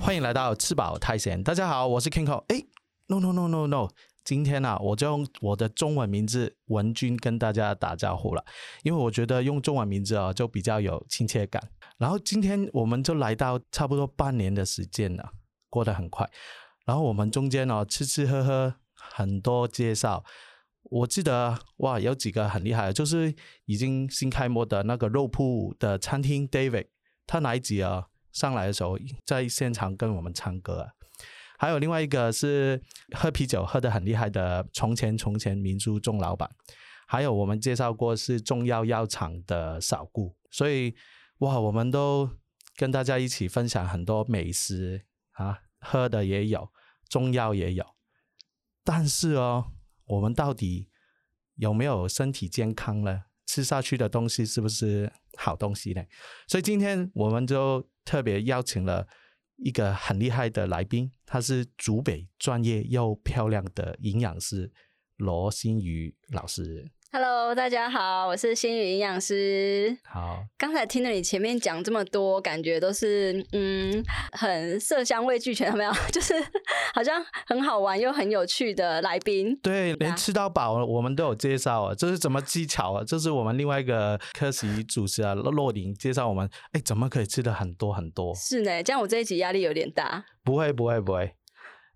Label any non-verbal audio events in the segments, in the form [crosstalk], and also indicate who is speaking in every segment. Speaker 1: 欢迎来到吃饱太闲，大家好，我是 Kingo。哎，no no no no no，今天啊，我就用我的中文名字文君跟大家打招呼了，因为我觉得用中文名字啊就比较有亲切感。然后今天我们就来到差不多半年的时间了，过得很快。然后我们中间哦吃吃喝喝很多介绍，我记得哇有几个很厉害的，就是已经新开幕的那个肉铺的餐厅 David，他哪一集啊上来的时候在现场跟我们唱歌、啊。还有另外一个是喝啤酒喝得很厉害的，从前从前明珠钟老板，还有我们介绍过是中药药厂的小顾，所以哇，我们都跟大家一起分享很多美食啊，喝的也有，中药也有，但是哦，我们到底有没有身体健康呢？吃下去的东西是不是好东西呢？所以今天我们就特别邀请了一个很厉害的来宾，他是竹北专业又漂亮的营养师罗新宇老师。
Speaker 2: Hello，大家好，我是心宇营养师。
Speaker 1: 好，
Speaker 2: 刚才听了你前面讲这么多，感觉都是嗯，很色香味俱全，有没有？ [laughs] 就是好像很好玩又很有趣的来宾。
Speaker 1: 对，连
Speaker 2: 啊
Speaker 1: 吃到饱我们都有介绍啊，这是怎么技巧啊？这是我们另外一个科席主持啊，洛洛琳介绍我们，哎，怎么可以吃的很多很多？
Speaker 2: 是呢，这样我这一集压力有点大。
Speaker 1: 不会，不会，不会。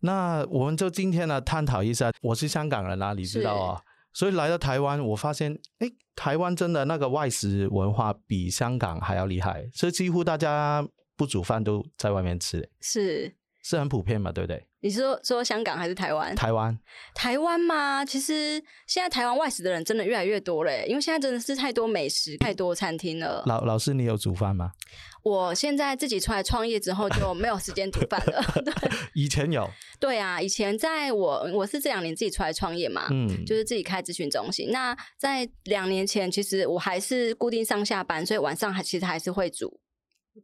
Speaker 1: 那我们就今天呢，探讨一下。我是香港人啦、你知道啊、所以来到台湾，我发现，哎，台湾真的那个外食文化比香港还要厉害，所以几乎大家不煮饭都在外面吃，
Speaker 2: 是，
Speaker 1: 是很普遍嘛，对不对？
Speaker 2: 你是说说香港还是台湾？
Speaker 1: 台湾
Speaker 2: 台湾嘛，其实现在台湾外食的人真的越来越多了耶，欸因为现在真的是太多美食、太多餐厅了。
Speaker 1: 老老师，你有煮饭吗？
Speaker 2: 我现在自己出来创业之后，就没有时间煮饭了。对
Speaker 1: 以前有，
Speaker 2: 对啊，以前在我我是这两年自己出来创业嘛，
Speaker 1: 嗯，
Speaker 2: 就是自己开咨询中心。那在两年前，其实我还是固定上下班，所以晚上还其实还是会煮，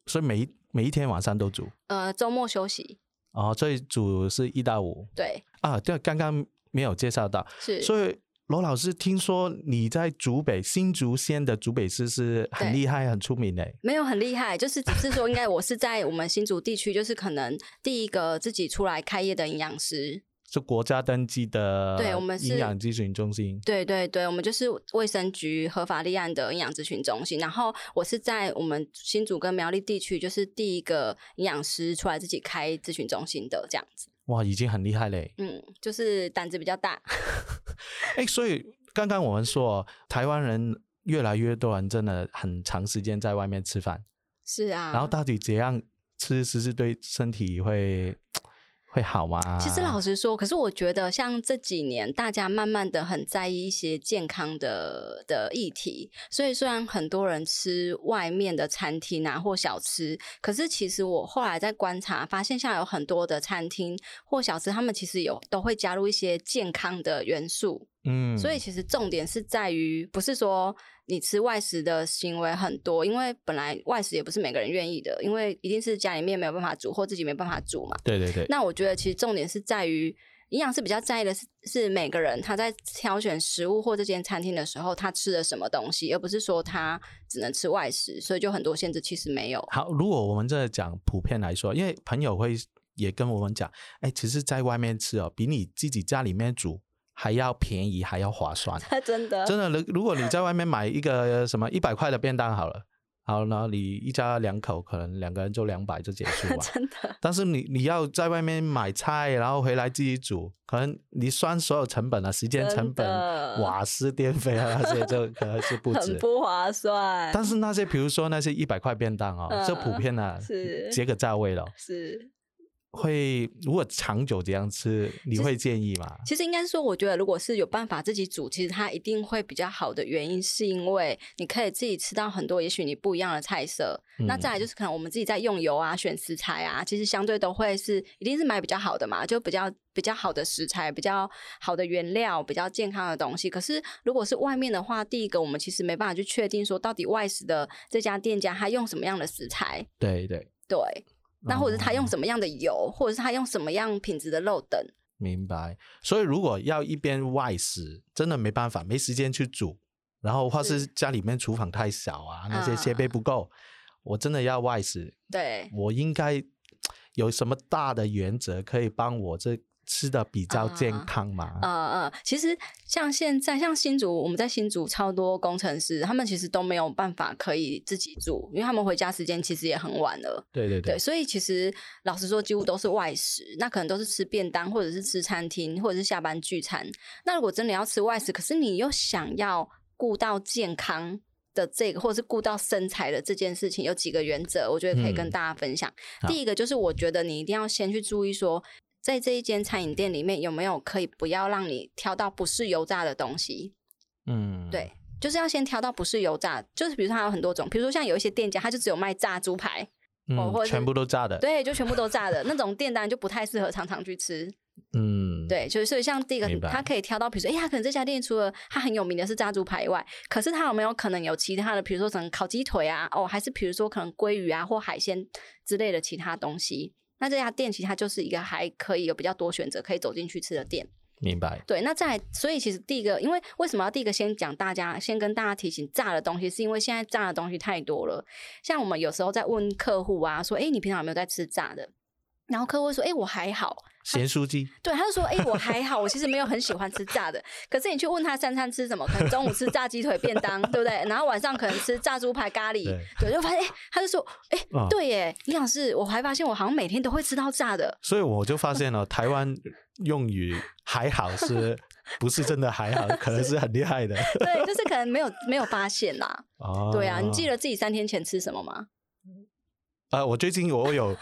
Speaker 1: 所以每一每一天晚上都煮
Speaker 2: 呃，周末休息。
Speaker 1: 哦，所以煮是一到五
Speaker 2: 对，
Speaker 1: 啊。对，刚刚没有介绍到，
Speaker 2: 是
Speaker 1: 所以罗老师，听说你在竹北新竹县的竹北市是很
Speaker 2: 对
Speaker 1: 厉害、很出名的。
Speaker 2: 没有很厉害，就是只是说，应该我是在我们新竹地区，就是可能第一个自己出来开业的营养师。
Speaker 1: 是国家登记的，
Speaker 2: 对我们是
Speaker 1: 营养咨询中心，
Speaker 2: 对对对，我们就是卫生局合法立案的营养咨询中心。然后我是在我们新竹跟苗栗地区，就是第一个营养师出来自己开咨询中心的这样子。
Speaker 1: 哇，已经很厉害嘞。
Speaker 2: 嗯，就是胆子比较大。 [laughs]
Speaker 1: 哎，所以刚刚我们说，台湾人越来越多人真的很长时间在外面吃饭，
Speaker 2: 是啊，
Speaker 1: 然后到底怎样吃，其实对身体会会好吗？
Speaker 2: 其实老实说，可是我觉得像这几年，大家慢慢的很在意一些健康的的议题，所以虽然很多人吃外面的餐厅啊或小吃，可是其实我后来在观察，发现现在有很多的餐厅或小吃，他们其实有都会加入一些健康的元素，
Speaker 1: 嗯，
Speaker 2: 所以其实重点是在于，不是说你吃外食的行为很多，因为本来外食也不是每个人愿意的，因为一定是家里面没有办法煮或自己没办法煮嘛。
Speaker 1: 对对对，
Speaker 2: 那我觉得其实重点是在于，营养师比较在意的是，是每个人他在挑选食物或这间餐厅的时候，他吃了什么东西，而不是说他只能吃外食，所以就很多限制其实没有。 [laughs]
Speaker 1: 好，如果我们真的讲普遍来说，因为朋友会也跟我们讲，哎，其实在外面吃哦，比你自己家里面煮还要便宜，还要划
Speaker 2: [laughs]
Speaker 1: 算。
Speaker 2: 真的
Speaker 1: 真的，如如果你在外面买一个什么一百块的便当好了，好，然后你一家两口可能两个人就两百就结
Speaker 2: [laughs]
Speaker 1: 束吧。
Speaker 2: 真的
Speaker 1: 但是你你要在外面买菜，然后回来自己煮，可能你算所有成本啊，时间成本
Speaker 2: 真、的
Speaker 1: 瓦斯电费啊那些，就可能是
Speaker 2: [laughs]
Speaker 1: 不止。
Speaker 2: 不划算
Speaker 1: 但是那些，比如说那些一百块便当哦，
Speaker 2: 嗯
Speaker 1: 这普遍啊，
Speaker 2: 是
Speaker 1: 结个价
Speaker 2: 嗯
Speaker 1: 位了。
Speaker 2: 是。
Speaker 1: 会如果长久这样吃，你会建议吗？
Speaker 2: 其实应该说，我觉得如果是有办法自己煮，其实它一定会比较好的原因，是因为你可以自己吃到很多，也许你不一样的菜色。那
Speaker 1: 嗯
Speaker 2: 再来就是可能我们自己在用油啊、选食材啊，其实相对都会是一定是买比较好的嘛，就比较比较好的食材、比较好的原料、比较健康的东西。可是如果是外面的话，第一个我们其实没办法去确定说到底外食的这家店家他用什么样的食材，
Speaker 1: 对对，哦
Speaker 2: 对，那或者是他用
Speaker 1: 么？
Speaker 2: 什么样的油，或者是他用什么样品质的肉等。
Speaker 1: 明白。所以如果要一边外食，真的没办法，没时间去煮，然后或是
Speaker 2: 是
Speaker 1: 家里面厨房太小啊，那些
Speaker 2: 啊
Speaker 1: 设备不够，我真的要外食，
Speaker 2: 对，
Speaker 1: 我应该有什么大的原则可以帮我这吃的比较健
Speaker 2: 啊
Speaker 1: 康嘛？
Speaker 2: 呃呃，其实像现在，像新竹，我们在新竹超多工程师，他们其实都没有办法可以自己住，因为他们回家时间其实也很晚了。
Speaker 1: 对对
Speaker 2: 对，所以其实老实说，几乎都是外食，那可能都是吃便当，或者是吃餐厅，或者是下班聚餐。那如果真的要吃外食，可是你又想要顾到健康的这个，或者是顾到身材的这件事情，有几个原则，我觉得可以
Speaker 1: 嗯
Speaker 2: 跟大家分享。
Speaker 1: 好
Speaker 2: 第一个就是，我觉得你一定要先去注意说。在这一间餐饮店里面，有没有可以不要让你挑到不是油炸的东西？
Speaker 1: 嗯，
Speaker 2: 对，就是要先挑到不是油炸，就是比如说它有很多种，比如说像有一些店家，他就只有卖炸猪排，哦
Speaker 1: 嗯，
Speaker 2: 或者
Speaker 1: 全
Speaker 2: 是
Speaker 1: 部都炸的，
Speaker 2: 对，就全部都炸的那种店单就不太适合常常去吃。
Speaker 1: 嗯，
Speaker 2: 对，就是所以像第一个
Speaker 1: 明，白
Speaker 2: 他可以挑到，比如说，哎、他可能这家店除了它很有名的是炸猪排以外，可是它有没有可能有其他的，比如说可能烤鸡腿啊，哦，还是比如说可能鲑鱼啊或海鲜之类的其他东西。那这家店其实它就是一个还可以有比较多选择可以走进去吃的店。
Speaker 1: 明白，
Speaker 2: 对，那再来，所以其实第一个，因为为什么要第一个先讲大家，先跟大家提醒炸的东西，是因为现在炸的东西太多了。像我们有时候在问客户啊，说，哎、你平常有没有在吃炸的？然后客户会说，哎、我还好。
Speaker 1: 咸酥
Speaker 2: [laughs]
Speaker 1: 鸡，
Speaker 2: 对，他就说，哎、我还好，我其实没有很喜欢吃炸的。可是你去问他三餐吃什么，可能中午吃炸鸡腿便当，对不对？然后晚上可能吃炸猪排咖喱，
Speaker 1: 对
Speaker 2: 对，就发现，哎、他就说，哎、
Speaker 1: 啊
Speaker 2: 对耶，营养师，我还发现我好像每天都会吃到炸的。
Speaker 1: 所以我就发现了，台湾用语还好
Speaker 2: [laughs]
Speaker 1: 是不是真的还好，可能是很厉害的。
Speaker 2: 对，就是可能没有没有发现啦。
Speaker 1: [laughs] 哦
Speaker 2: 对啊，你记？得自己三天前吃什么吗？
Speaker 1: 呃，我最近我有，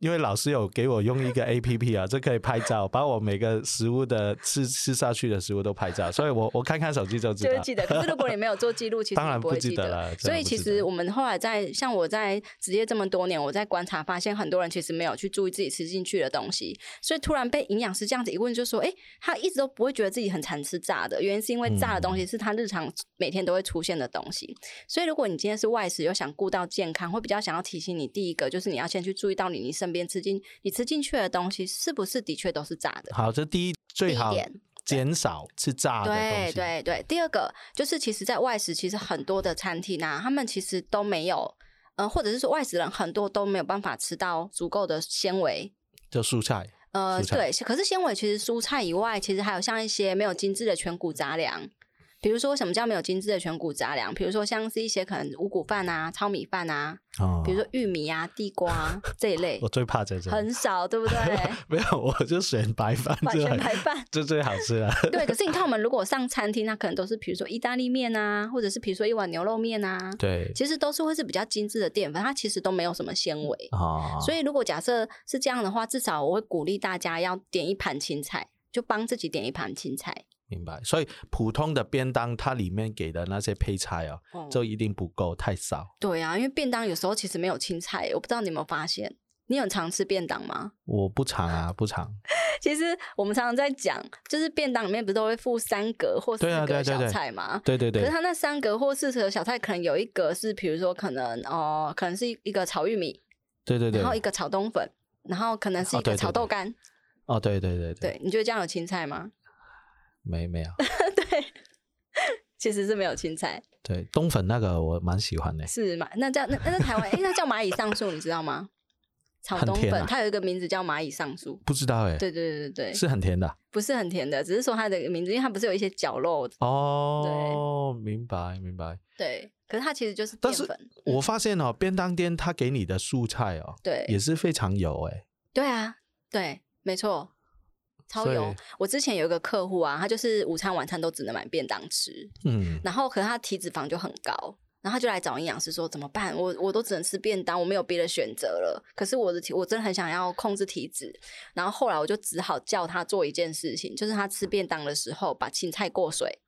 Speaker 1: 因为老师有给我用一个 A P P 啊，这可以拍照，把我每个食物的吃吃下去的食物都拍照，所以我我看看手机就知
Speaker 2: 就
Speaker 1: 道。
Speaker 2: 会记得。可是如果你没有做
Speaker 1: [laughs]
Speaker 2: 记录，其实
Speaker 1: 当然
Speaker 2: 你不会
Speaker 1: 不记
Speaker 2: 记
Speaker 1: 得啦
Speaker 2: 所以
Speaker 1: 当然不记
Speaker 2: 其
Speaker 1: 得
Speaker 2: 实我们后来在像我在职业这么多年，我在观察发现，很多人其实没有去注意自己吃进去的东西，所以突然被营养师这样子一问，就说：“哎、他一直都不会觉得自己很常吃炸的，原因是因为炸的东
Speaker 1: 嗯
Speaker 2: 西是他日常每天都会出现的东西。所以如果你今天是外食，又想顾到健康，会比较想要提醒你，第一个就是你要先去注意到你你身边吃进你吃进去的东西是不是的确都是炸的。”
Speaker 1: 好，这第一最
Speaker 2: 第一
Speaker 1: 好
Speaker 2: 点
Speaker 1: 减少吃炸的东
Speaker 2: 对
Speaker 1: 西。
Speaker 2: 对对，第二个就是，其实，在外食，其实很多的餐厅啊，他们其实都没有，呃，或者是说外食人很多都没有办法吃到足够的纤维。
Speaker 1: 就蔬菜。
Speaker 2: 呃，
Speaker 1: 蔬菜
Speaker 2: 对，可是纤维其实蔬菜以外，其实还有像一些没有精致的全谷杂粮，比如说什么叫没有精致的全谷杂粮？比如说像是一些可能五谷饭啊、糙米饭啊，
Speaker 1: 哦
Speaker 2: 比如说玉米啊、地
Speaker 1: [laughs]
Speaker 2: 瓜啊这一类
Speaker 1: 我，最怕这种，
Speaker 2: 很少，对
Speaker 1: [laughs]
Speaker 2: 不对？
Speaker 1: 没有，我就选白饭，
Speaker 2: 完
Speaker 1: 就
Speaker 2: 全
Speaker 1: 很
Speaker 2: 白饭，
Speaker 1: 这最好吃
Speaker 2: [laughs]
Speaker 1: 了。 [laughs]
Speaker 2: 对，可是你看，我们如果上餐厅，那可能都是比如说意大利面啊，或者是比如说一碗牛肉面啊，
Speaker 1: 对
Speaker 2: 其实都是会是比较精致的淀粉，它其实都没有什么纤维。
Speaker 1: 啊，
Speaker 2: 所以如果假设是这样的话，至少我会鼓励大家要点一盘青菜，就帮自己点一盘青菜。
Speaker 1: 明白，所以普通的便当它里面给的那些配菜哦，
Speaker 2: 哦
Speaker 1: 就一定不够，太少。
Speaker 2: 对啊，因为便当有时候其实没有青菜，我不知道你有没有发现。你很常吃便当吗？ [laughs]
Speaker 1: 我不尝啊，不尝。
Speaker 2: 其实我们常常在讲，就是便当里面不是都会附三格或四
Speaker 1: 对啊对啊
Speaker 2: 格
Speaker 1: 对啊
Speaker 2: 小
Speaker 1: 对啊
Speaker 2: 菜吗？
Speaker 1: 对对
Speaker 2: 可是
Speaker 1: 对，
Speaker 2: 它那三格或四格小菜，可能有一格是，比如说可能哦、可能是一个炒玉米，
Speaker 1: 对对对
Speaker 2: 然后，一个炒冬粉，然后可能是
Speaker 1: 哦
Speaker 2: 一个
Speaker 1: 对对
Speaker 2: 炒豆干。
Speaker 1: 哦，对对对
Speaker 2: 对，你觉得这样有青菜吗？ [laughs]
Speaker 1: 没没有。
Speaker 2: 其实是没有青菜，
Speaker 1: 对，冬粉那个我蛮喜欢的，
Speaker 2: 是吗？那叫那那在台湾，哎、那叫蚂蚁上树，你知道吗？
Speaker 1: [laughs]
Speaker 2: 炒
Speaker 1: 很
Speaker 2: 冬
Speaker 1: 甜
Speaker 2: 粉，
Speaker 1: 啊
Speaker 2: 它有一个名字叫蚂蚁上树。
Speaker 1: 不知道哎，
Speaker 2: 对对对对对，
Speaker 1: 是很甜的
Speaker 2: 不是很甜的，只是说它的名字，因为它不是有一些绞肉，
Speaker 1: 哦。明白明白。
Speaker 2: 对，可是它其实就是
Speaker 1: 但
Speaker 2: 淀
Speaker 1: 是
Speaker 2: 粉。
Speaker 1: 我发现哦，便当店它给你的蔬菜哦，
Speaker 2: 对，
Speaker 1: 也是非常油哎。
Speaker 2: 对啊，对，没错，超
Speaker 1: 所以
Speaker 2: 油。我之前有一个客户啊，他就是午餐晚餐都只能买便当吃，
Speaker 1: 嗯，
Speaker 2: 然后可是他体脂肪就很高，然后他就来找营养师说怎么办？我我都只能吃便当，我没有别的选择了。可是我的体我真的很想要控制体脂，然后后来我就只好叫他做一件事情，就是他吃便当的时候把青菜过水。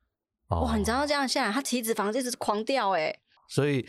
Speaker 2: 哇，你知
Speaker 1: 哦，
Speaker 2: 道这样下来，他体脂肪一直狂掉哎、
Speaker 1: 所以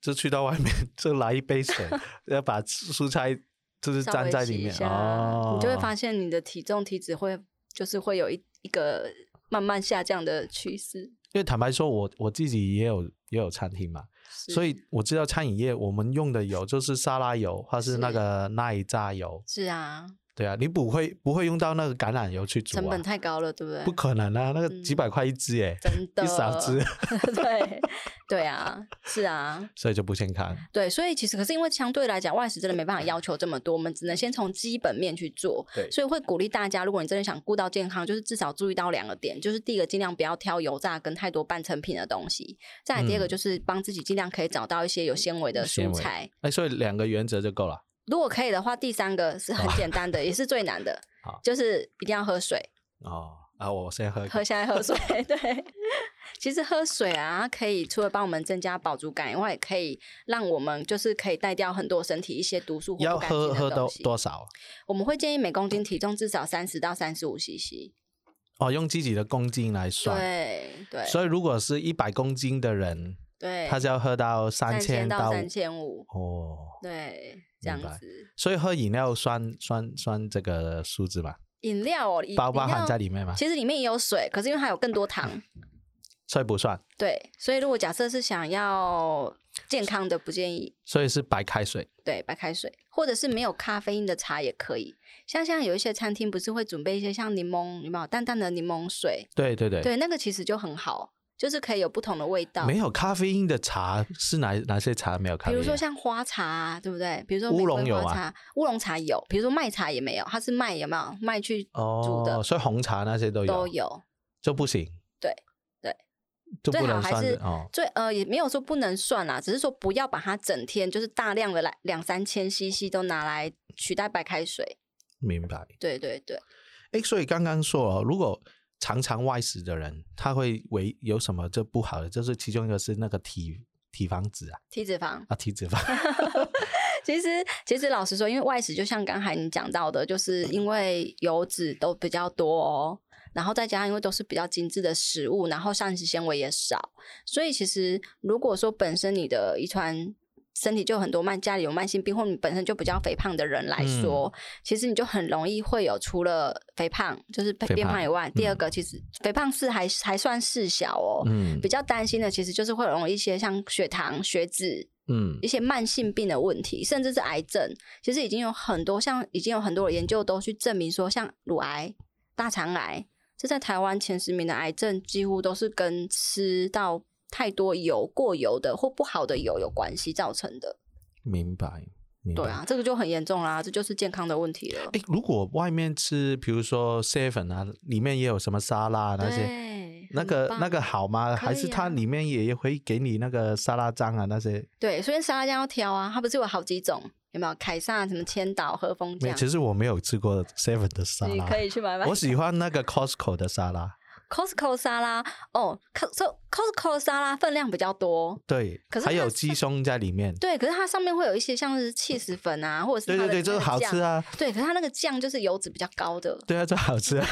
Speaker 1: 就去到外面就来一杯
Speaker 2: [laughs]
Speaker 1: 水，要把蔬菜就是
Speaker 2: 稍
Speaker 1: 粘
Speaker 2: 微
Speaker 1: 在
Speaker 2: 洗
Speaker 1: 里
Speaker 2: 一
Speaker 1: 面
Speaker 2: 下
Speaker 1: 哦，
Speaker 2: 你就会发现你的体重体脂会就是会有一一个慢慢下降的趋势。
Speaker 1: 因为坦白说我，我自己也有也有餐厅嘛，所
Speaker 2: 以
Speaker 1: 以我知道餐饮业我们用的油就是沙拉油或是那
Speaker 2: 是
Speaker 1: 个耐炸油，
Speaker 2: 是啊，
Speaker 1: 对啊，你不会不会用到那个橄榄油去煮
Speaker 2: 成
Speaker 1: 啊
Speaker 2: 本？太嗯高了，对不对？
Speaker 1: 不可能啊，那个几百块一支耶，
Speaker 2: 真的，
Speaker 1: 一傻子，
Speaker 2: [laughs] 对对啊，是啊，
Speaker 1: 所以就不健康。
Speaker 2: 对，所以其实可是因为相对来讲，外食真的没办法要求这么多，我们只能先从基本面去做。
Speaker 1: 对
Speaker 2: 所以会鼓励大家，如果你真的想顾到健康，就是至少注意到两个点，就是第一个尽量不要挑油炸跟太多半成品的东西，再来第二个
Speaker 1: 嗯
Speaker 2: 就是帮自己尽量可以找到一些有纤维的
Speaker 1: 纤
Speaker 2: 蔬
Speaker 1: 维
Speaker 2: 菜。
Speaker 1: 哎，所以两个原则就够了。
Speaker 2: 如果可以的话，第三个是很简单的，也是最难的
Speaker 1: 哦 [laughs] 好，
Speaker 2: 就是一定要喝水。
Speaker 1: 哦，啊，我先喝一口
Speaker 2: 喝下来喝水， [laughs] 对。其实喝水啊，它可以除了帮我们增加饱足感以外，也可以让我们就是可以带掉很多身体一些毒素或
Speaker 1: 要
Speaker 2: 不干净
Speaker 1: 喝喝
Speaker 2: 的东
Speaker 1: 多
Speaker 2: 西。
Speaker 1: 多少？
Speaker 2: 我们会建议每公斤体重至少三十到三十五 CC。
Speaker 1: 哦，用自己的公斤来算。
Speaker 2: 对对
Speaker 1: 所以如果是一百公斤的人，
Speaker 2: 对，
Speaker 1: 他就要喝到三
Speaker 2: 三
Speaker 1: 千
Speaker 2: 到
Speaker 1: 到
Speaker 2: 三千五，
Speaker 1: 哦。
Speaker 2: 对，这样
Speaker 1: 明白
Speaker 2: 子。
Speaker 1: 所以喝饮料算算算这个数字吧，
Speaker 2: 饮料哦，饮
Speaker 1: 包包含在。
Speaker 2: 饮料
Speaker 1: 里面嘛，
Speaker 2: 其实里面也有水，可是因为它有更
Speaker 1: [laughs]
Speaker 2: 多糖，
Speaker 1: 所以不算，
Speaker 2: 对，所以如果假设是想要健康的，不建议
Speaker 1: 所以是白开水。
Speaker 2: 对，白开水，或者是没有咖啡因的茶也可以。像现在有一些餐厅不是会准备一些像柠檬，有没有淡淡的柠檬水？
Speaker 1: 对对对，
Speaker 2: 对，那个其实就很好，就是可以有不同的味道。
Speaker 1: 没有咖啡因的茶是哪哪些茶没有咖啡
Speaker 2: 比
Speaker 1: 因啊？
Speaker 2: 如说像花茶、啊，对不对？比如说
Speaker 1: 乌
Speaker 2: 玫瑰
Speaker 1: 龙有
Speaker 2: 花
Speaker 1: 啊
Speaker 2: 茶、乌龙茶有，比如说麦茶也没有，它是麦有没有麦去煮的、
Speaker 1: 哦，所以红茶那些都有，
Speaker 2: 都有。
Speaker 1: 就不行。
Speaker 2: 对对，
Speaker 1: 就
Speaker 2: 最
Speaker 1: 不
Speaker 2: 好
Speaker 1: 能
Speaker 2: 还
Speaker 1: 算
Speaker 2: 是
Speaker 1: 的哦。
Speaker 2: 最呃也没有说不能算啦，只是说不要把它整天就是大量的来两三千 CC 都拿来取代白开水。
Speaker 1: 明白。
Speaker 2: 对对对。
Speaker 1: 诶，所以刚刚说哦，如果常常外食的人，他会为有什么这不好的？就是其中一个是那个体体房子啊，
Speaker 2: 体脂肪，
Speaker 1: 啊体脂
Speaker 2: [laughs]
Speaker 1: 肪
Speaker 2: 其实，其实老实说，因为外食就像刚才你讲到的，就是因为油脂都比较多哦，然后再加上因为都是比较精致的食物，然后膳食纤维也少，所以其实如果说本身你的遗传身体就有很多慢，家里有慢性病，或你本身就比较肥胖的人
Speaker 1: 嗯
Speaker 2: 来说，其实你就很容易会有除了肥胖就是
Speaker 1: 肥
Speaker 2: 变胖以外，第二
Speaker 1: 嗯
Speaker 2: 个其实肥胖是还还算事小哦。
Speaker 1: 嗯
Speaker 2: 比较担心的，其实就是会有一些像血糖、血脂，
Speaker 1: 嗯
Speaker 2: 一些慢性病的问题，甚至是癌症，其实已经有很多像已经有很多的研究都去证明说，像乳癌、大肠癌，这在台湾前十名的癌症几乎都是跟吃到太多油、过油的或不好的油有关系造成的。
Speaker 1: 明白明白。
Speaker 2: 对啊，这个就很严重啦，这就是健康的问题了。
Speaker 1: 诶，如果外面吃，比如说 seven 啊，里面也有什么沙拉啊那些，
Speaker 2: 对，
Speaker 1: 那
Speaker 2: 很
Speaker 1: 个
Speaker 2: 棒
Speaker 1: 那个好吗？
Speaker 2: 可
Speaker 1: 还是
Speaker 2: 以
Speaker 1: 它
Speaker 2: 啊
Speaker 1: 里面也会给你那个沙拉酱啊那些？
Speaker 2: 对，所以沙拉酱要挑啊，它不是有好几种，有没有凯撒什么千岛和风
Speaker 1: 没有，
Speaker 2: 酱？
Speaker 1: 其实我没有吃过 seven 的沙
Speaker 2: 你
Speaker 1: 拉，
Speaker 2: 可以去买买
Speaker 1: 我喜欢那个 Costco 的沙拉。
Speaker 2: Costco 沙拉哦，Co-，so Costco 沙拉分量比较多，
Speaker 1: 对，
Speaker 2: 可是
Speaker 1: 还
Speaker 2: 它
Speaker 1: 有
Speaker 2: 是
Speaker 1: 鸡胸在里面。
Speaker 2: 对，可是它上面会有一些像是 cheese 粉啊，或者是
Speaker 1: 对
Speaker 2: 它
Speaker 1: 对对，
Speaker 2: 的
Speaker 1: 这
Speaker 2: 那
Speaker 1: 个
Speaker 2: 个
Speaker 1: 好吃
Speaker 2: 酱。
Speaker 1: 啊，
Speaker 2: 对，可是它那个酱就是油脂比较高的，
Speaker 1: 对啊，这好吃啊。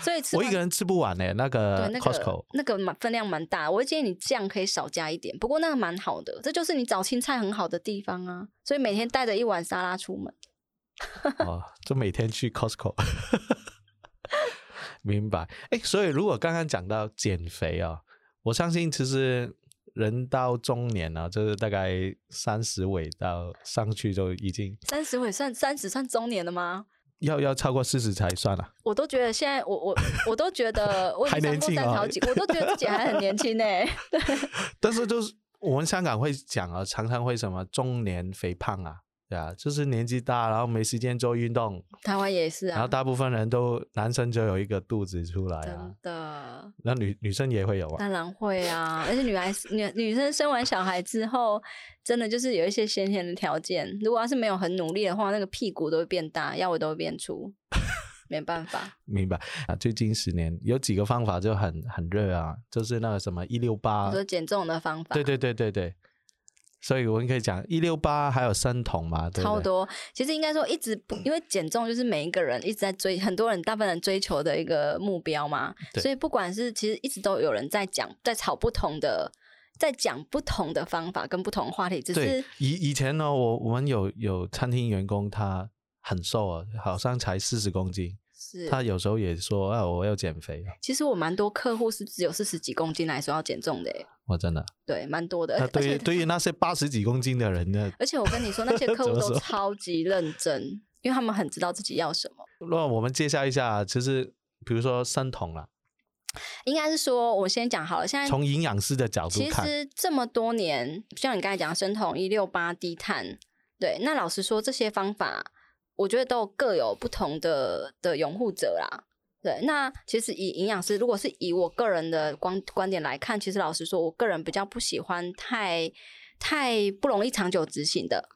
Speaker 2: 所以 [laughs] 吃
Speaker 1: 我
Speaker 2: 完
Speaker 1: 一个人吃不完呢、欸那
Speaker 2: 对
Speaker 1: 个
Speaker 2: 那
Speaker 1: Costco
Speaker 2: 个。那个蛮分量蛮大，我会建议你酱可以少加一点，不过那个蛮好的，这就是你找青菜很好的地方啊。所以每天带着一碗沙拉出门，
Speaker 1: [laughs] 哦，就每天去 Costco。明白。哎，所以如果刚刚讲到减肥啊、我相信其实人到中年啊，就是大概三十尾到上去就已经
Speaker 2: 三十会算三十算中年了吗？
Speaker 1: 要要超过四十才算啊了。
Speaker 2: 我都觉得现在我我我都觉得我已
Speaker 1: 还
Speaker 2: 经
Speaker 1: 年
Speaker 2: 上过
Speaker 1: 轻
Speaker 2: 三
Speaker 1: 哦
Speaker 2: 十好几，我都觉得自己还很年轻呢、欸
Speaker 1: [laughs] 但是就是我们香港会讲啊，常常会什么中年肥胖啊，对啊，就是年纪大，然后没时间做运动，
Speaker 2: 台湾也是
Speaker 1: 然后
Speaker 2: 啊，
Speaker 1: 大部分人都男生就有一个肚子出来啊
Speaker 2: 真，的。
Speaker 1: 那女女生也会有啊。
Speaker 2: 当然会啊，而且女孩子女女生生完小孩之后，真的就是有一些先天的条件。如果要是没有很努力的话，那个屁股都会变大，腰围都会变
Speaker 1: [laughs]
Speaker 2: 粗，没办法。
Speaker 1: 明白啊，最近十年有几个方法就很很热啊，就是那个什么一六八
Speaker 2: 你，说减重的方法，
Speaker 1: 啊对对对对对，所以我们可以讲一六八还有生酮嘛，对不对
Speaker 2: 超多。其实应该说，一直不因为减重就是每一个人一直在追，很多人大部分人追求的一个目标嘛。
Speaker 1: 对
Speaker 2: 所以不管是其实一直都有人在讲，在吵不同的，在讲不同的方法跟不同的话题，只
Speaker 1: 对
Speaker 2: 是。
Speaker 1: 以以前呢，我我们有有餐厅员工他很瘦啊，好像才四十公斤，
Speaker 2: 是
Speaker 1: 他有时候也说啊我要减肥啊，
Speaker 2: 其实我蛮多客户是只有四十几公斤来说要减重的耶、欸
Speaker 1: 我真的，
Speaker 2: 对，蛮多的。
Speaker 1: 那
Speaker 2: 而而
Speaker 1: 对于
Speaker 2: 且
Speaker 1: 对于那些八十几公斤的人呢， [laughs]
Speaker 2: 而且我跟你说，那些客户
Speaker 1: 怎么
Speaker 2: 都
Speaker 1: 说
Speaker 2: 超级认真，因因为他们很知道自己要什么。
Speaker 1: 那我们介绍一下，其实比如说生酮啦，
Speaker 2: 应该是说，我先讲好了，现在
Speaker 1: 从营养师的角度
Speaker 2: 其
Speaker 1: 看，
Speaker 2: 实这么多年，就像你刚才讲的生酮一六八低碳，对，那老实说，这些方法我觉得都各有不同的的拥护者啦。对，那其实以营养师，如果是以我个人的观观点来看，其实老实说，我个人比较不喜欢太太不容易长久执行的，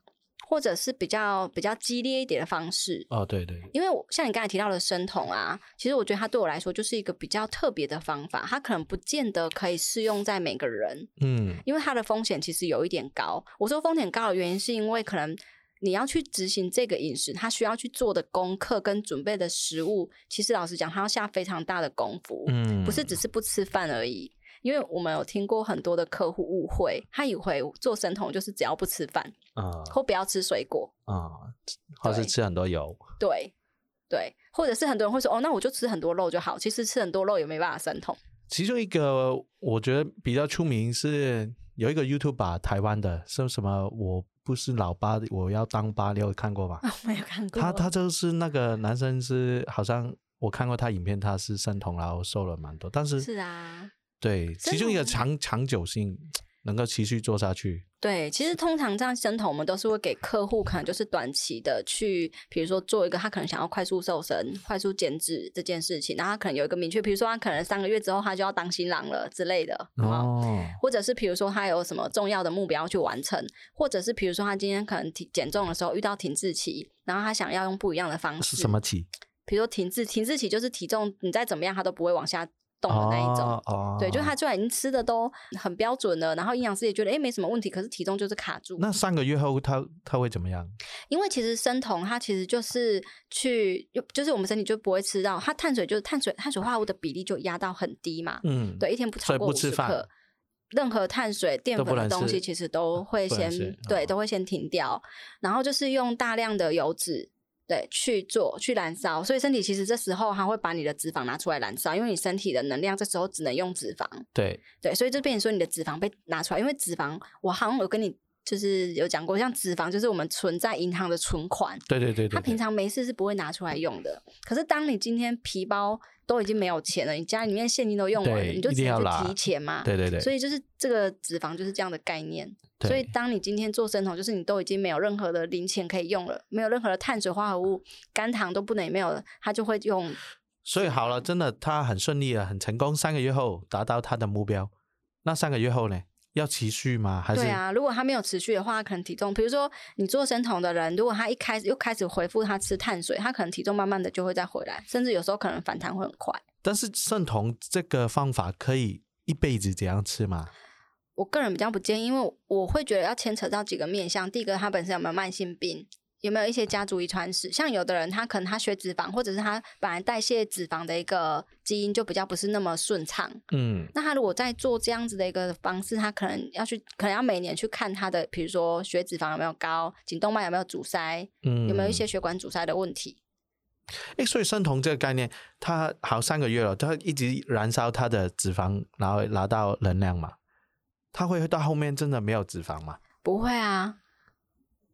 Speaker 2: 或者是比较比较激烈一点的方式。
Speaker 1: 哦，对对，
Speaker 2: 因为我像你刚才提到的生酮啊，其实我觉得它对我来说就是一个比较特别的方法，它可能不见得可以适用在每个人，
Speaker 1: 嗯，
Speaker 2: 因为它的风险其实有一点高。我说风险高的原因是因为可能你要去执行这个饮食，它需要去做的功课跟准备的食物，其实老实讲，它要下非常大的功夫，
Speaker 1: 嗯，
Speaker 2: 不是只是不吃饭而已。因为我们有听过很多的客户误会，他以为做生酮就是只要不吃饭
Speaker 1: 啊
Speaker 2: 或不要吃水果，
Speaker 1: 啊，或是
Speaker 2: 对
Speaker 1: 吃很多油，
Speaker 2: 对对，或者是很多人会说哦，那我就吃很多肉就好。其实吃很多肉也没办法生酮。 [laughs]
Speaker 1: 其中一个我觉得比较出名是有一个 YouTube 台湾的，是什么？我不是老八，我要当八，你有看过吧？
Speaker 2: 我没有 [laughs] 看
Speaker 1: 他他就是那个男生是好像我看过他影片，他是生酮，然后瘦了蛮多，但是
Speaker 2: 是啊，
Speaker 1: 对，
Speaker 2: 真
Speaker 1: 其中一
Speaker 2: 的
Speaker 1: 个
Speaker 2: 吗
Speaker 1: 长长久性能够持续做下去，
Speaker 2: 对，其实通常这样生酮，我们都是会给客户可能就是短期的去，比如说做一个他可能想要快速瘦身、快速减脂这件事情，然后他可能有一个明确，比如说他可能三个月之后他就要当新郎了之类的，有没有
Speaker 1: 哦，
Speaker 2: 或者是比如说他有什么重要的目标去完成，或者是比如说他今天可能体减重的时候遇到停滞期，然后他想要用不一样的方式，
Speaker 1: 是什么体？
Speaker 2: 比如说停滞，停滞期就是体重你再怎么样它都不会往下动的那一种。
Speaker 1: 哦，哦
Speaker 2: 对，就是他虽然已经吃的都很标准了，然后营养师也觉得哎没什么问题，可是体重就是卡住。
Speaker 1: 那三个月后他他会怎么样？
Speaker 2: 因为其实生酮它其实就是去，就是我们身体就不会吃到它碳水，就是碳水碳水化合物的比例就压到很低嘛。
Speaker 1: 嗯，
Speaker 2: 对，一天不
Speaker 1: 所
Speaker 2: 超
Speaker 1: 以
Speaker 2: 过
Speaker 1: 不
Speaker 2: 五
Speaker 1: 吃
Speaker 2: 十
Speaker 1: 饭
Speaker 2: 克，任何碳水、淀
Speaker 1: 都不
Speaker 2: 粉的
Speaker 1: 能
Speaker 2: 东
Speaker 1: 吃
Speaker 2: 西其实都会
Speaker 1: 不能
Speaker 2: 先
Speaker 1: 吃
Speaker 2: 对，
Speaker 1: 嗯
Speaker 2: 都会先停掉，然后就是用大量的油脂。对，去做去燃烧，所以身体其实这时候它会把你的脂肪拿出来燃烧，因为你身体的能量这时候只能用脂肪。
Speaker 1: 对，
Speaker 2: 对，所以就变成说你的脂肪被拿出来，因为脂肪我好像有跟你就是有讲过，像脂肪就是我们存在银行的存款，
Speaker 1: 对对对对，
Speaker 2: 他平
Speaker 1: 对
Speaker 2: 常没事是不会拿出来用的。可是当你今天皮包都已经没有钱了，你家里面现金都用完了，
Speaker 1: 对
Speaker 2: 你就
Speaker 1: 一
Speaker 2: 只
Speaker 1: 定要
Speaker 2: 能
Speaker 1: 拿
Speaker 2: 去提钱嘛。
Speaker 1: 对对对，
Speaker 2: 所以就是这个脂肪就是这样的概念。所以
Speaker 1: 对
Speaker 2: 当你今天做生酮，就是你都已经没有任何的零钱可以用了，没有任何的碳水化合物、肝糖都不能也没有了，他就会用。
Speaker 1: 所以好了，真的他很顺利了，很成功，三个月后达到他的目标。那三个月后呢？要持续吗？还是
Speaker 2: 对啊，如果他没有持续的话，他可能体重，比如说你做生酮的人，如果他一开始又开始回复他吃碳水，他可能体重慢慢的就会再回来，甚至有时候可能反弹会很快。
Speaker 1: 但是圣酮这个方法可以一辈子这样吃吗？
Speaker 2: 我个人比较不建议，因为我会觉得要牵扯到几个面向。第一个，他本身有没有慢性病，有没有一些家族遗传史？像有的人他可能他血脂肪，或者是他本来代谢脂肪的一个基因就比较不是那么顺畅。
Speaker 1: 嗯，
Speaker 2: 那他如果在做这样子的一个方式，他可能要去，可能要每年去看他的，比如说血脂肪有没有高，颈动脉有没有阻塞，
Speaker 1: 嗯
Speaker 2: 有没有一些血管阻塞的问题。
Speaker 1: 诶，所以生酮这个概念，它好三个月了，它一直燃烧它的脂肪，然后拿到能量嘛，它会到后面真的没有脂肪嘛？
Speaker 2: 不会啊，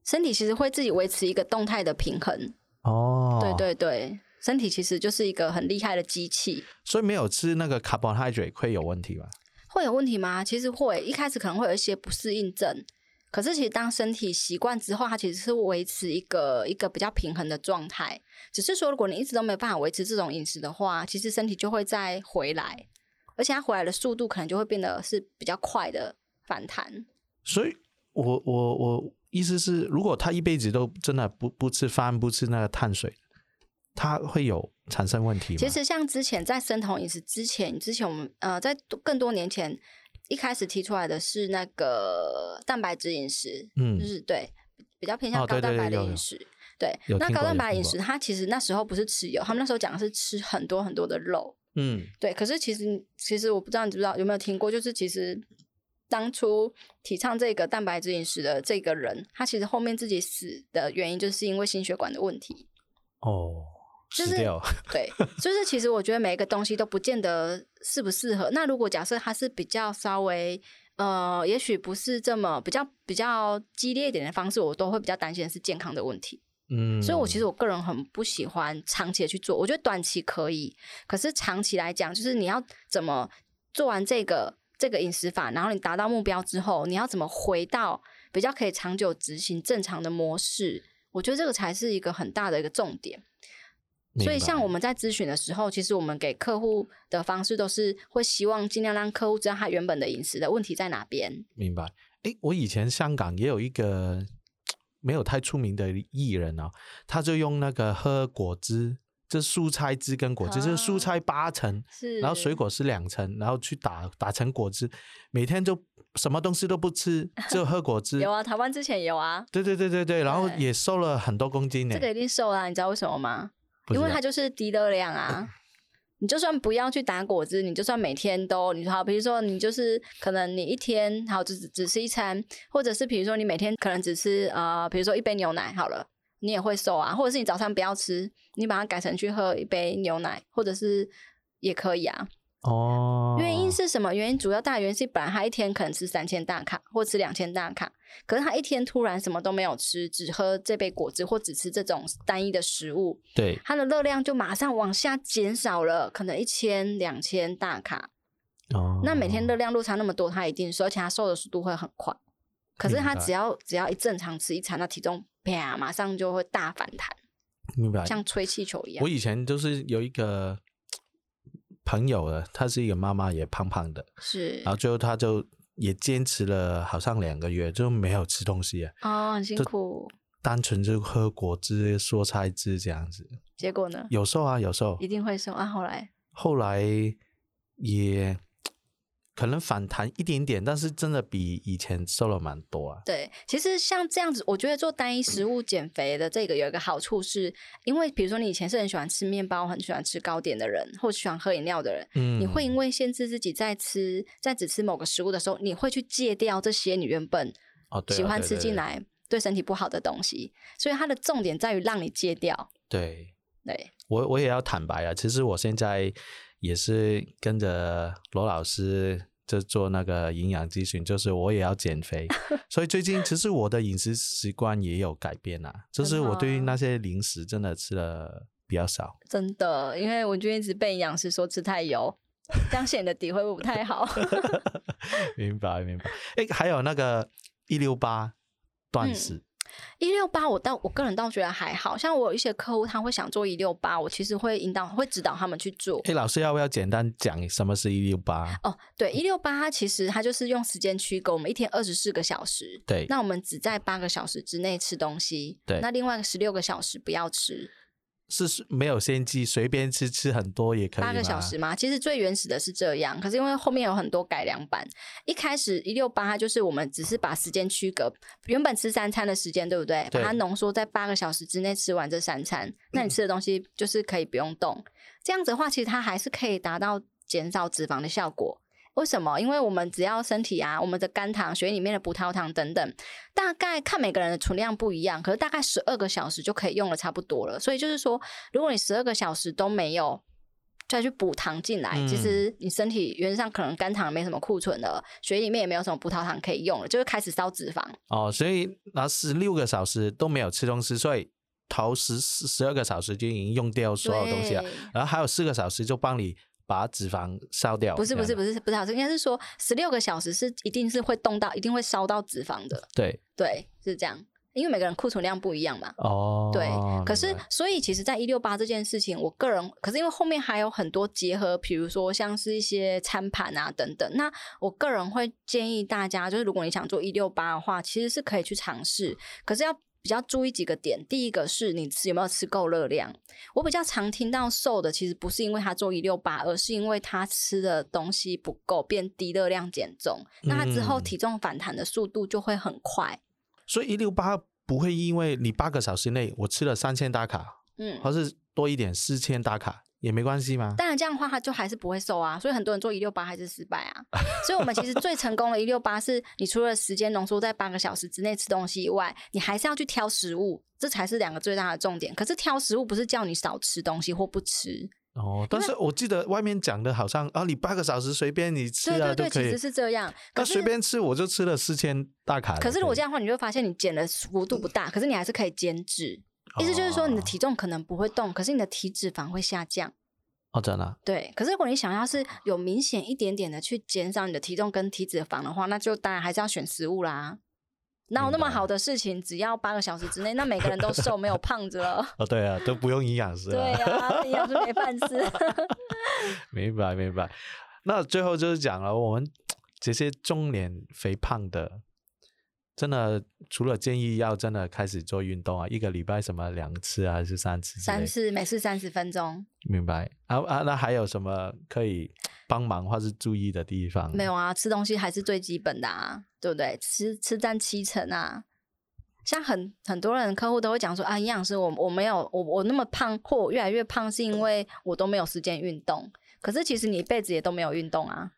Speaker 2: 身体其实会自己维持一个动态的平衡。
Speaker 1: 哦，
Speaker 2: 对，对对，身体其实就是一个很厉害的机器。
Speaker 1: 所以没有吃那个 carbohydrate 会有问题吧？
Speaker 2: 会有问题吗？其实会，一开始可能会有一些不适应症，可是其实当身体习惯之后，它其实是维持一个一个比较平衡的状态。只是说，如果你一直都没办法维持这种饮食的话，其实身体就会再回来，而且它回来的速度可能就会变得是比较快的反弹。
Speaker 1: 所以我我我意思是，如果他一辈子都真的不不吃饭，不吃那个碳水，他会有产生问题吗？
Speaker 2: 其实像之前在生酮饮食之前，之前我们呃在多更多年前一开始提出来的是那个蛋白质饮食，
Speaker 1: 嗯
Speaker 2: 就是对比较偏
Speaker 1: 哦
Speaker 2: 向
Speaker 1: 对
Speaker 2: 高蛋
Speaker 1: 对对
Speaker 2: 白的
Speaker 1: 有有
Speaker 2: 饮食。对，
Speaker 1: 有
Speaker 2: 那
Speaker 1: 听
Speaker 2: 高
Speaker 1: 过
Speaker 2: 蛋
Speaker 1: 有
Speaker 2: 白
Speaker 1: 听
Speaker 2: 饮
Speaker 1: 过
Speaker 2: 食，它其实那时候不是吃油，他们那时候讲的是吃很多很多的肉。
Speaker 1: 嗯，
Speaker 2: 对，可是其实其实我不知道你知不知道有没有听过，就是其实当初提倡这个蛋白质饮食的这个人，他其实后面自己死的原因，就是因为心血管的问题。
Speaker 1: 哦，
Speaker 2: 就
Speaker 1: 死
Speaker 2: 是
Speaker 1: 掉，
Speaker 2: 对， [laughs] 就是其实我觉得每一个东西都不见得适不适合。那如果假设它是比较稍微呃，也许不是这么比较比较激烈一点的方式，我都会比较担心的是健康的问题。
Speaker 1: 嗯，
Speaker 2: 所以我其实我个人很不喜欢长期的去做，我觉得短期可以，可是长期来讲，就是你要怎么做完这个这个饮食法，然后你达到目标之后，你要怎么回到比较可以长久执行正常的模式，我觉得这个才是一个很大的一个重点。所以，
Speaker 1: 明白
Speaker 2: 像我们在咨询的时候，其实我们给客户的方式都是会希望尽量让客户知道他原本的饮食的问题在哪边。
Speaker 1: 明白。诶，我以前香港也有一个没有太出名的艺人啊，他就用那个喝果汁，这蔬菜汁跟果汁，就是蔬
Speaker 2: 哦
Speaker 1: 菜八成，
Speaker 2: 是，
Speaker 1: 然后水果是两成，然后去打打成果汁，每天就什么东西都不吃，就喝果汁。
Speaker 2: 有啊，台湾之前有啊，
Speaker 1: 对对对对对，然后
Speaker 2: 对
Speaker 1: 也瘦了很多公斤呢。
Speaker 2: 这个一定瘦啦，你知道为什么吗？
Speaker 1: 不
Speaker 2: 因
Speaker 1: 知
Speaker 2: 为
Speaker 1: 道
Speaker 2: 它就是低热量啊。你就算不要去打果汁，你就算每天都，你好，比如说你就是可能你一天好只只吃一餐，或者是比如说你每天可能只吃呃，比如说一杯牛奶好了，你也会瘦啊，或者是你早上不要吃，你把它改成去喝一杯牛奶，或者是也可以啊。
Speaker 1: 哦，
Speaker 2: 原因是什么？原因主要大原因是本来他一天可能吃三千大卡或吃两千大卡，可是他一天突然什么都没有吃，只喝这杯果汁或只吃这种单一的食物，
Speaker 1: 对
Speaker 2: 它的热量就马上往下减少了，可能一千两千大卡。
Speaker 1: 哦，
Speaker 2: 那每天热量落差那么多，他一定瘦，而且他瘦的速度会很快。可是他
Speaker 1: 明白
Speaker 2: 只要只要一正常吃一餐，那体重啪马上就会大反弹，
Speaker 1: 明白。
Speaker 2: 像吹气球一样
Speaker 1: 我。以前就是有一个朋友的，她是一个妈妈，也胖胖的，
Speaker 2: 是
Speaker 1: 然后最后她就也坚持了好像两个月，就没有吃东西啊，
Speaker 2: 哦，很辛
Speaker 1: 这
Speaker 2: 苦。
Speaker 1: 单纯就喝果汁、蔬菜汁这样子。
Speaker 2: 结果呢？
Speaker 1: 有瘦啊，有瘦
Speaker 2: 一，定会瘦啊！后来
Speaker 1: 后来也可能反弹一点点，但是真的比以前瘦了蛮多啊。
Speaker 2: 对，其实像这样子，我觉得做单一食物减肥的这个有一个好处是，因为比如说你以前是很喜欢吃面包、很喜欢吃糕点的人，或喜欢喝饮料的人，
Speaker 1: 嗯，
Speaker 2: 你会因为限制自己在吃，在只吃某个食物的时候，你会去戒掉这些你原本
Speaker 1: 哦，对啊
Speaker 2: 喜欢
Speaker 1: 对
Speaker 2: 吃
Speaker 1: 对
Speaker 2: 进
Speaker 1: 对
Speaker 2: 来对身体不好的东西，所以它的重点在于让你戒掉。
Speaker 1: 对。
Speaker 2: 对，
Speaker 1: 我我也要坦白啊，其实我现在也是跟着罗老师就做那个营养咨询，就是我也要减
Speaker 2: [laughs]
Speaker 1: 肥，所以最近其实我的饮食习惯也有改变啦、就是
Speaker 2: 很好
Speaker 1: 我对于
Speaker 2: 啊
Speaker 1: 那些零食真的吃的比较少。 [laughs]
Speaker 2: 真的，因为我就一直被营养师说吃太油，这样显得底会不太好。 [laughs]
Speaker 1: 明白明白。哎，还有那个一六八断
Speaker 2: 嗯
Speaker 1: 食，
Speaker 2: 一六八，我倒我个人倒觉得还好像我有一些客户他会想做一六八，我其实会引导会指导他们去做。
Speaker 1: 哎、老师要不要简单讲什么是一六八？
Speaker 2: 哦，对，一六八它其实它就是用时间区隔，我们一天二十四个小时，
Speaker 1: 对
Speaker 2: 那我们只在八个小时之内吃东西，
Speaker 1: 对
Speaker 2: 那另外十六个小时不要吃，
Speaker 1: 是是没有限制，随便吃吃很多也可以
Speaker 2: 八个小
Speaker 1: 吗
Speaker 2: 时嘛。其实最原始的是这样，可是因为后面有很多改良版，一开始一六八它就是我们只是把时间区隔，原本吃三餐的时间对不对？
Speaker 1: 对嗯
Speaker 2: 把它浓缩在八个小时之内吃完这三餐，那你吃的东西就是可以不用动。这样子的话，其实它还是可以达到减少脂肪的效果。为什么？因为我们只要身体啊，我们的肝糖、血液里面的葡萄糖等等，大概看每个人的存量不一样，可是大概十二个小时就可以用了差不多了。所以就是说，如果你十二个小时都没有再去补糖进来，
Speaker 1: 嗯
Speaker 2: 其实你身体原则上可能肝糖没什么库存了，血液里面也没有什么葡萄糖可以用了，就会开始烧脂肪。
Speaker 1: 哦，所以那十六个小时都没有吃东西，所以头十十二个小时就已经用掉所有东西了，啊
Speaker 2: 对
Speaker 1: 然后还有四个小时就帮你把脂肪烧掉。
Speaker 2: 不是不是
Speaker 1: 是，
Speaker 2: 不是不是，啊应该是说十六个小时是一定是会动到，一定会烧到脂肪的。
Speaker 1: 对，
Speaker 2: 对，是这样，因为每个人库存量不一样嘛。
Speaker 1: 哦，
Speaker 2: 对，可
Speaker 1: 明
Speaker 2: 是
Speaker 1: 白
Speaker 2: 所以其实，在一六八这件事情，我个人可是因为后面还有很多结合，比如说像是一些餐盘啊等等。那我个人会建议大家，就是如果你想做一六八的话，其实是可以去尝试，可是要比较注意几个点。第一个是你吃有没有吃够热量。我比较常听到瘦的，其实不是因为他做一六八，而是因为他吃的东西不够，变低热量减重，那他之后
Speaker 1: 嗯
Speaker 2: 体重反弹的速度就会很快。
Speaker 1: 所以一六八不会因为你八个小时内我吃了三千大卡，
Speaker 2: 嗯，
Speaker 1: 或是多一点四千大卡也没关系吗？
Speaker 2: 当然这样的话，他就还是不会瘦啊，所以很多人做一六八还是失败啊。所以我们其实最成功的一六八是，你除了时间浓缩在八个小时之内吃东西以外，你还是要去挑食物，这才是两个最大的重点。可是挑食物不是叫你少吃东西或不吃，
Speaker 1: 哦，但是我记得外面讲的好像啊，你八个小时随便你吃
Speaker 2: 对
Speaker 1: 啊
Speaker 2: 对
Speaker 1: 都
Speaker 2: 对，
Speaker 1: 可
Speaker 2: 其
Speaker 1: 以
Speaker 2: 实，是这样。
Speaker 1: 那
Speaker 2: 可是
Speaker 1: 随便吃我就吃了四千大卡了。
Speaker 2: 可是如果
Speaker 1: 哦对
Speaker 2: 这样的话，你就会发现你减的幅度不大，可是你还是可以减脂。意思就是说你的体重可能不会动，可是你的体脂肪会下降。
Speaker 1: 哦，真的啊
Speaker 2: 对，可是如果你想要是有明显一点点的去减少你的体重跟体脂肪的话，那就当然还是要选食物啦。哪有那么
Speaker 1: 明白
Speaker 2: 好的事情，只要八个小时之内，那每个人都瘦，没有胖子了。
Speaker 1: [laughs] 哦，对啊，都不用营养师
Speaker 2: 对
Speaker 1: 了。
Speaker 2: 啊，营养师没饭吃。
Speaker 1: [laughs] 明白明白。那最后就是讲了，我们这些中年肥胖的，真的除了建议要真的开始做运动啊，一个礼拜什么两次啊，还是三次？
Speaker 2: 三。次，每次三十分钟。
Speaker 1: 明白啊啊，那还有什么可以帮忙或是注意的地方？
Speaker 2: 没有啊，吃东西还是最基本的啊，对不对？吃吃占七成啊。像很很多人客户都会讲说啊，营养师我我没有我我那么胖或我越来越胖是因为我都没有时间运动，可是其实你一辈子也都没有运动啊，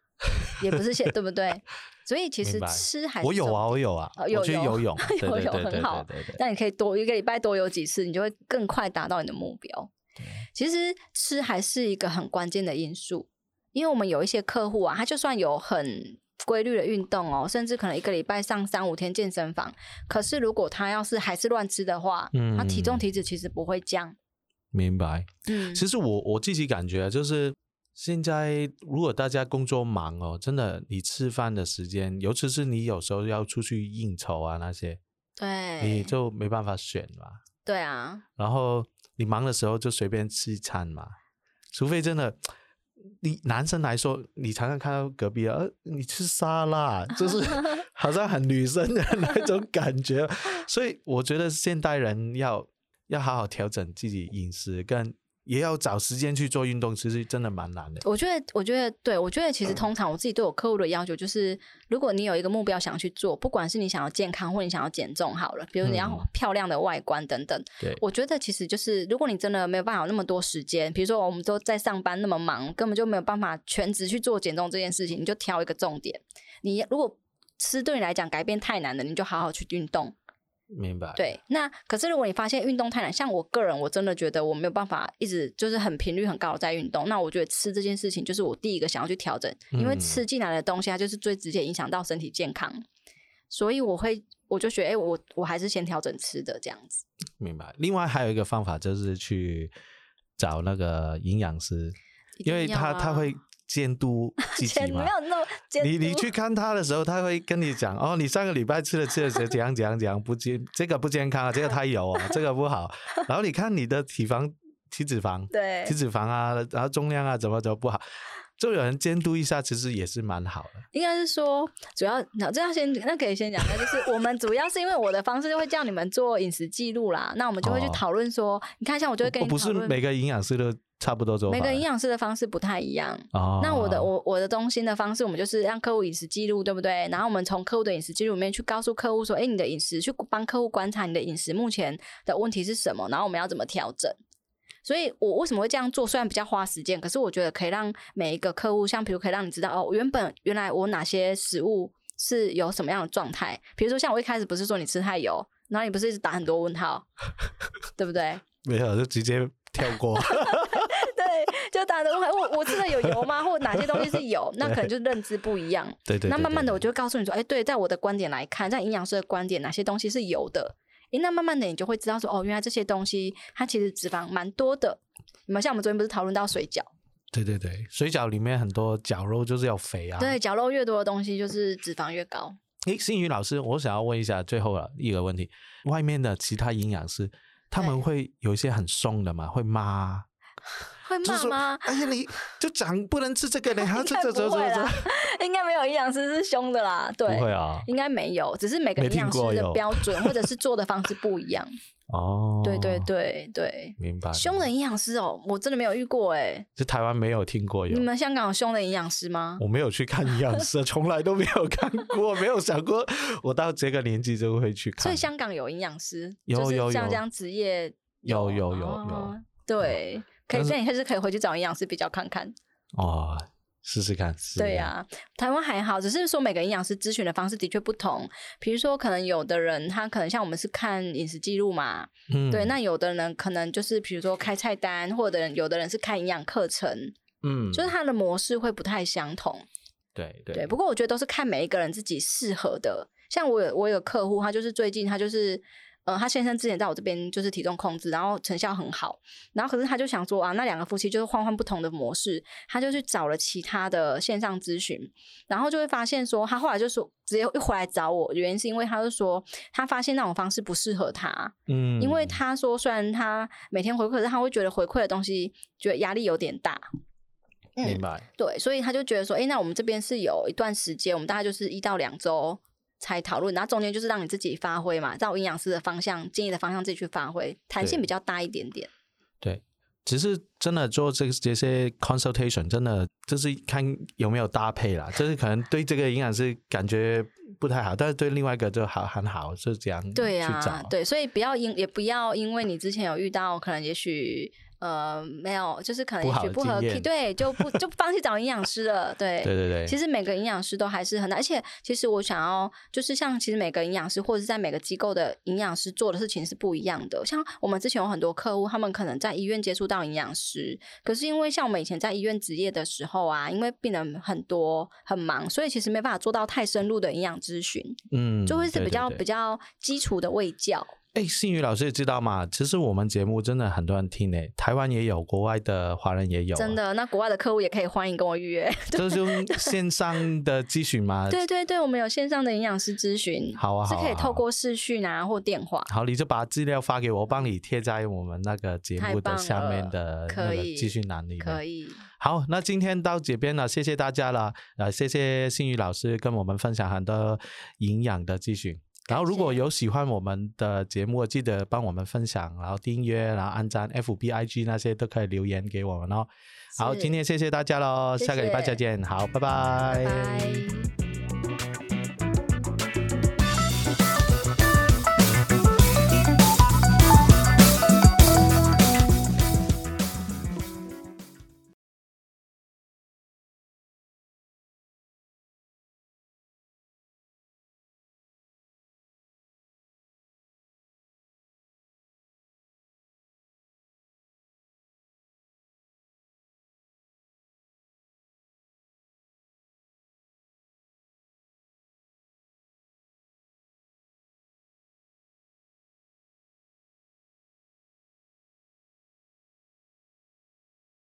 Speaker 2: 也不是现对不对？所以其实
Speaker 1: 明白
Speaker 2: 吃还是
Speaker 1: 我有啊，
Speaker 2: 重
Speaker 1: 我有啊，
Speaker 2: 哦有
Speaker 1: 我去
Speaker 2: 有
Speaker 1: 游
Speaker 2: [laughs]
Speaker 1: 泳，对
Speaker 2: 有
Speaker 1: 对
Speaker 2: 有
Speaker 1: 对
Speaker 2: 很
Speaker 1: 对
Speaker 2: 好
Speaker 1: 对对对，
Speaker 2: 那你可以多一个礼拜多游几次，你就会更快达到你的目标。
Speaker 1: 啊
Speaker 2: 其实吃还是一个很关键的因素，因为我们有一些客户啊，他就算有很规律的运动哦，甚至可能一个礼拜上三五天健身房，可是如果他要是还是乱吃的话，
Speaker 1: 嗯
Speaker 2: 他体重体脂其实不会降。
Speaker 1: 明白。
Speaker 2: 嗯，
Speaker 1: 其实我我自己感觉啊就是，现在如果大家工作忙哦，真的你吃饭的时间，尤其是你有时候要出去应酬啊那些，你
Speaker 2: 对，
Speaker 1: 就没办法选嘛。
Speaker 2: 对啊，
Speaker 1: 然后你忙的时候就随便吃一餐嘛，除非真的。你男生来说，你常常看到隔壁啊，呃你吃沙拉，就是
Speaker 2: [laughs]
Speaker 1: 好像很女生的那种感觉。所以我觉得现代人要要好好调整自己饮食，跟也要找时间去做运动，其实真的蛮难的。嗯
Speaker 2: 我觉得，我觉得，对我觉得，其实通常我自己对我客户的要求就是，如果你有一个目标想要去做，不管是你想要健康或你想要减重，好了，比如你要
Speaker 1: 嗯
Speaker 2: 漂亮的外观等等，
Speaker 1: 对
Speaker 2: 我觉得其实就是，如果你真的没有办法有那么多时间，比如说我们都在上班那么忙，根本就没有办法全职去做减重这件事情，你就挑一个重点。你如果吃对你来讲改变太难了，你就好好去运动。
Speaker 1: 明白。，
Speaker 2: 对，那可是如果你发现运动太难，像我个人，我真的觉得我没有办法一直就是很频率很高的在运动。那我觉得吃这件事情就是我第一个想要去调整，因为
Speaker 1: 嗯
Speaker 2: 吃进来的东西它就是最直接影响到身体健康，所以我会我就觉得，哎、我我还是先调整吃的这样子。
Speaker 1: 明白。另外还有一个方法就是去找那个营养师，
Speaker 2: 一
Speaker 1: 因为
Speaker 2: 定要
Speaker 1: 他他
Speaker 2: 啊 [laughs]
Speaker 1: 会监督自己
Speaker 2: 监
Speaker 1: 嘛，
Speaker 2: 没有那么监
Speaker 1: 你你
Speaker 2: 督
Speaker 1: 去看他的时候，他会跟你讲哦，你上个礼拜吃了吃了怎样怎样怎样不健，这个不健康啊，这个太油
Speaker 2: [laughs]
Speaker 1: 啊，这个不好。然后你看你的体肪、体脂肪、
Speaker 2: 对
Speaker 1: 体脂肪啊，然后重量啊，怎么怎么不好，就有人监督一下，其实也是蛮好的。
Speaker 2: 应该是说，主要那这样先，那可以先讲，那就是我们主要是因为我的方式就会叫你们做饮食记录啦，那我们就会去
Speaker 1: 哦
Speaker 2: 讨论说，你看像我就会跟
Speaker 1: 我
Speaker 2: 你
Speaker 1: 不
Speaker 2: 讨
Speaker 1: 是
Speaker 2: 论，
Speaker 1: 每个营养师都差不多做法
Speaker 2: 每
Speaker 1: 的，
Speaker 2: 个营养师的方式不太一样。
Speaker 1: 哦，
Speaker 2: 那我的我我的中心的方式，我们就是让客户饮食记录，对不对？然后我们从客户的饮食记录里面去告诉客户说，哎，你的饮食，去帮客户观察你的饮食目前的问题是什么，然后我们要怎么调整。所以我为什么会这样做？虽然比较花时间，可是我觉得可以让每一个客户，像比如可以让你知道哦，原本原来我哪些食物是有什么样的状态。比如说像我一开始不是说你吃太油，然后你不是一直打很多问号，对不对？
Speaker 1: 没有就直接跳
Speaker 2: [laughs]
Speaker 1: 过。
Speaker 2: 对，就大家都会我我吃的有油吗？或者哪些东西是
Speaker 1: [laughs]
Speaker 2: 油？那可能就认知不一样。
Speaker 1: 对对对
Speaker 2: 那慢慢的，我
Speaker 1: 就
Speaker 2: 就会告诉你说，哎，对，在我的观点来看，在营养师的观点，哪些东西是油的？哎，那慢慢的你就会知道说，哦，原来这些东西它其实脂肪蛮多的。你们像我们昨天不是讨论到水饺，
Speaker 1: 对对对，水饺里面很多绞肉就是要肥啊。
Speaker 2: 对，绞肉越多的东西就是脂肪越
Speaker 1: [laughs]
Speaker 2: 高。
Speaker 1: 诶，新宇老师，我想要问一下最后了一个问题：外面的其他营养师，他们
Speaker 2: 对
Speaker 1: 会有一些很松的嘛？会骂，
Speaker 2: 会
Speaker 1: 就是
Speaker 2: 骂
Speaker 1: 说，
Speaker 2: 吗？
Speaker 1: 哎呀，你就长不能吃这个，你还要吃
Speaker 2: [laughs] 应该
Speaker 1: 这这
Speaker 2: 不会
Speaker 1: 这这
Speaker 2: 啦， [laughs] 应该没有营养师是凶的啦，对，
Speaker 1: 不会啊？
Speaker 2: 应该没有，只是每个
Speaker 1: 没
Speaker 2: 营养
Speaker 1: 听
Speaker 2: 师
Speaker 1: 过
Speaker 2: 的
Speaker 1: 有
Speaker 2: 标准或者是做的方式不一样。
Speaker 1: [laughs] 哦，
Speaker 2: 对对，对对，
Speaker 1: 明白。
Speaker 2: 凶的营养师哦，我真的没有遇过哎、
Speaker 1: 是台湾没有听过有
Speaker 2: 你，们香港有凶的营养师吗？
Speaker 1: 我没有去看营养师，从来都没有看过，没有想过我到这个年纪就会去看。
Speaker 2: 所以香港有营养师，
Speaker 1: 有
Speaker 2: 就是
Speaker 1: 有
Speaker 2: 像
Speaker 1: 有
Speaker 2: 这样职业
Speaker 1: 有有有
Speaker 2: 哦
Speaker 1: 有
Speaker 2: 对，可以，那你还是可以回去找营养师比较看看。
Speaker 1: 哦，试试看，试试
Speaker 2: 对啊
Speaker 1: 看
Speaker 2: 呀、台湾还好，只是说每个营养师咨询的方式的确不同。比如说，可能有的人他可能像我们是看饮食记录嘛，
Speaker 1: 嗯，
Speaker 2: 对，那有的人可能就是比如说开菜单，或者有的人是看营养课程，
Speaker 1: 嗯，
Speaker 2: 就是他的模式会不太相同。
Speaker 1: 对对
Speaker 2: 对，不过我觉得都是看每一个人自己适合的。像我有我有客户，他就是最近他就是呃，他先生之前在我这边就是体重控制，然后成效很好，然后可是他就想说啊，那两个夫妻就是换换不同的模式，他就去找了其他的线上咨询，然后就会发现说，他后来就说直接又回来找我，原因是因为他就说他发现那种方式不适合他，
Speaker 1: 嗯，
Speaker 2: 因为他说虽然他每天回馈，可是他会觉得回馈的东西觉得压力有点大，嗯
Speaker 1: 明白，
Speaker 2: 对，所以他就觉得说，哎、那我们这边是有一段时间，我们大概就是一到两周才讨论，然后中间就是让你自己发挥嘛，照营养师的方向、建议的方向自己去发挥，弹性
Speaker 1: 对嗯
Speaker 2: 比较大一点点。
Speaker 1: 对。只是真的做这这些 consultation，真的就是看有没有搭配啦。 [laughs] 就是可能对这个营养师感觉不太好，但是对另外一个就好很好，就这样
Speaker 2: 对
Speaker 1: 呀、
Speaker 2: 呀、对，所以不要因也不要因为你之前有遇到可能也许。呃，没有，就是可能
Speaker 1: 不
Speaker 2: 也
Speaker 1: 好
Speaker 2: 许
Speaker 1: 的
Speaker 2: 不
Speaker 1: 经
Speaker 2: 合
Speaker 1: 验
Speaker 2: key，对，就不就放弃找营养师
Speaker 1: [laughs]
Speaker 2: 了，对，
Speaker 1: 对对对，
Speaker 2: 其
Speaker 1: 实
Speaker 2: 实每个营养师都还是很难，而且其实我想要就是像其实每个营养师或者是在每个机构的营养师做的事情是不一样的。像我们之前有很多客户，他们可能在医院接触到营养师，可是因为像我们以前在医院职业的时候啊，因为病人很多很忙，所以其实没办法做到太深入的营养咨询，
Speaker 1: 嗯
Speaker 2: 就会是
Speaker 1: 对对
Speaker 2: 比较
Speaker 1: 对
Speaker 2: 比较基础的卫教。
Speaker 1: 哎，信宇老师也知道嘛？其实我们节目真的很多人听诶，台湾也有，国外的华人也有、
Speaker 2: 真，
Speaker 1: [laughs]
Speaker 2: 的，那国外的客户也可以欢迎跟我预约。
Speaker 1: 这是用线上的咨询嘛？
Speaker 2: [laughs] 对对对，我们有线上的营养师咨询，
Speaker 1: 好啊，
Speaker 2: 是
Speaker 1: 好啊
Speaker 2: 可以
Speaker 1: 好
Speaker 2: 透
Speaker 1: 啊
Speaker 2: 过视讯啊或电话。
Speaker 1: 好，你就把资料发给我，我帮你贴在我们那个节
Speaker 2: 太
Speaker 1: 目的
Speaker 2: 棒
Speaker 1: 下面
Speaker 2: 了
Speaker 1: 的
Speaker 2: 可
Speaker 1: 那个
Speaker 2: 以
Speaker 1: 资讯栏里面。
Speaker 2: 可以，
Speaker 1: 好，那今天到这边了，谢谢大家了，呃，谢谢信宇老师跟我们分享很多营养的资讯。然后如果有喜欢我们的节目，记得帮我们分享，然后订阅，然后按赞，FBIG 那些都可以留言给我们哦。好，
Speaker 2: 是
Speaker 1: 今天谢谢大家喽，
Speaker 2: 谢
Speaker 1: 下个礼拜再
Speaker 2: 谢
Speaker 1: 见，好，拜
Speaker 2: 拜拜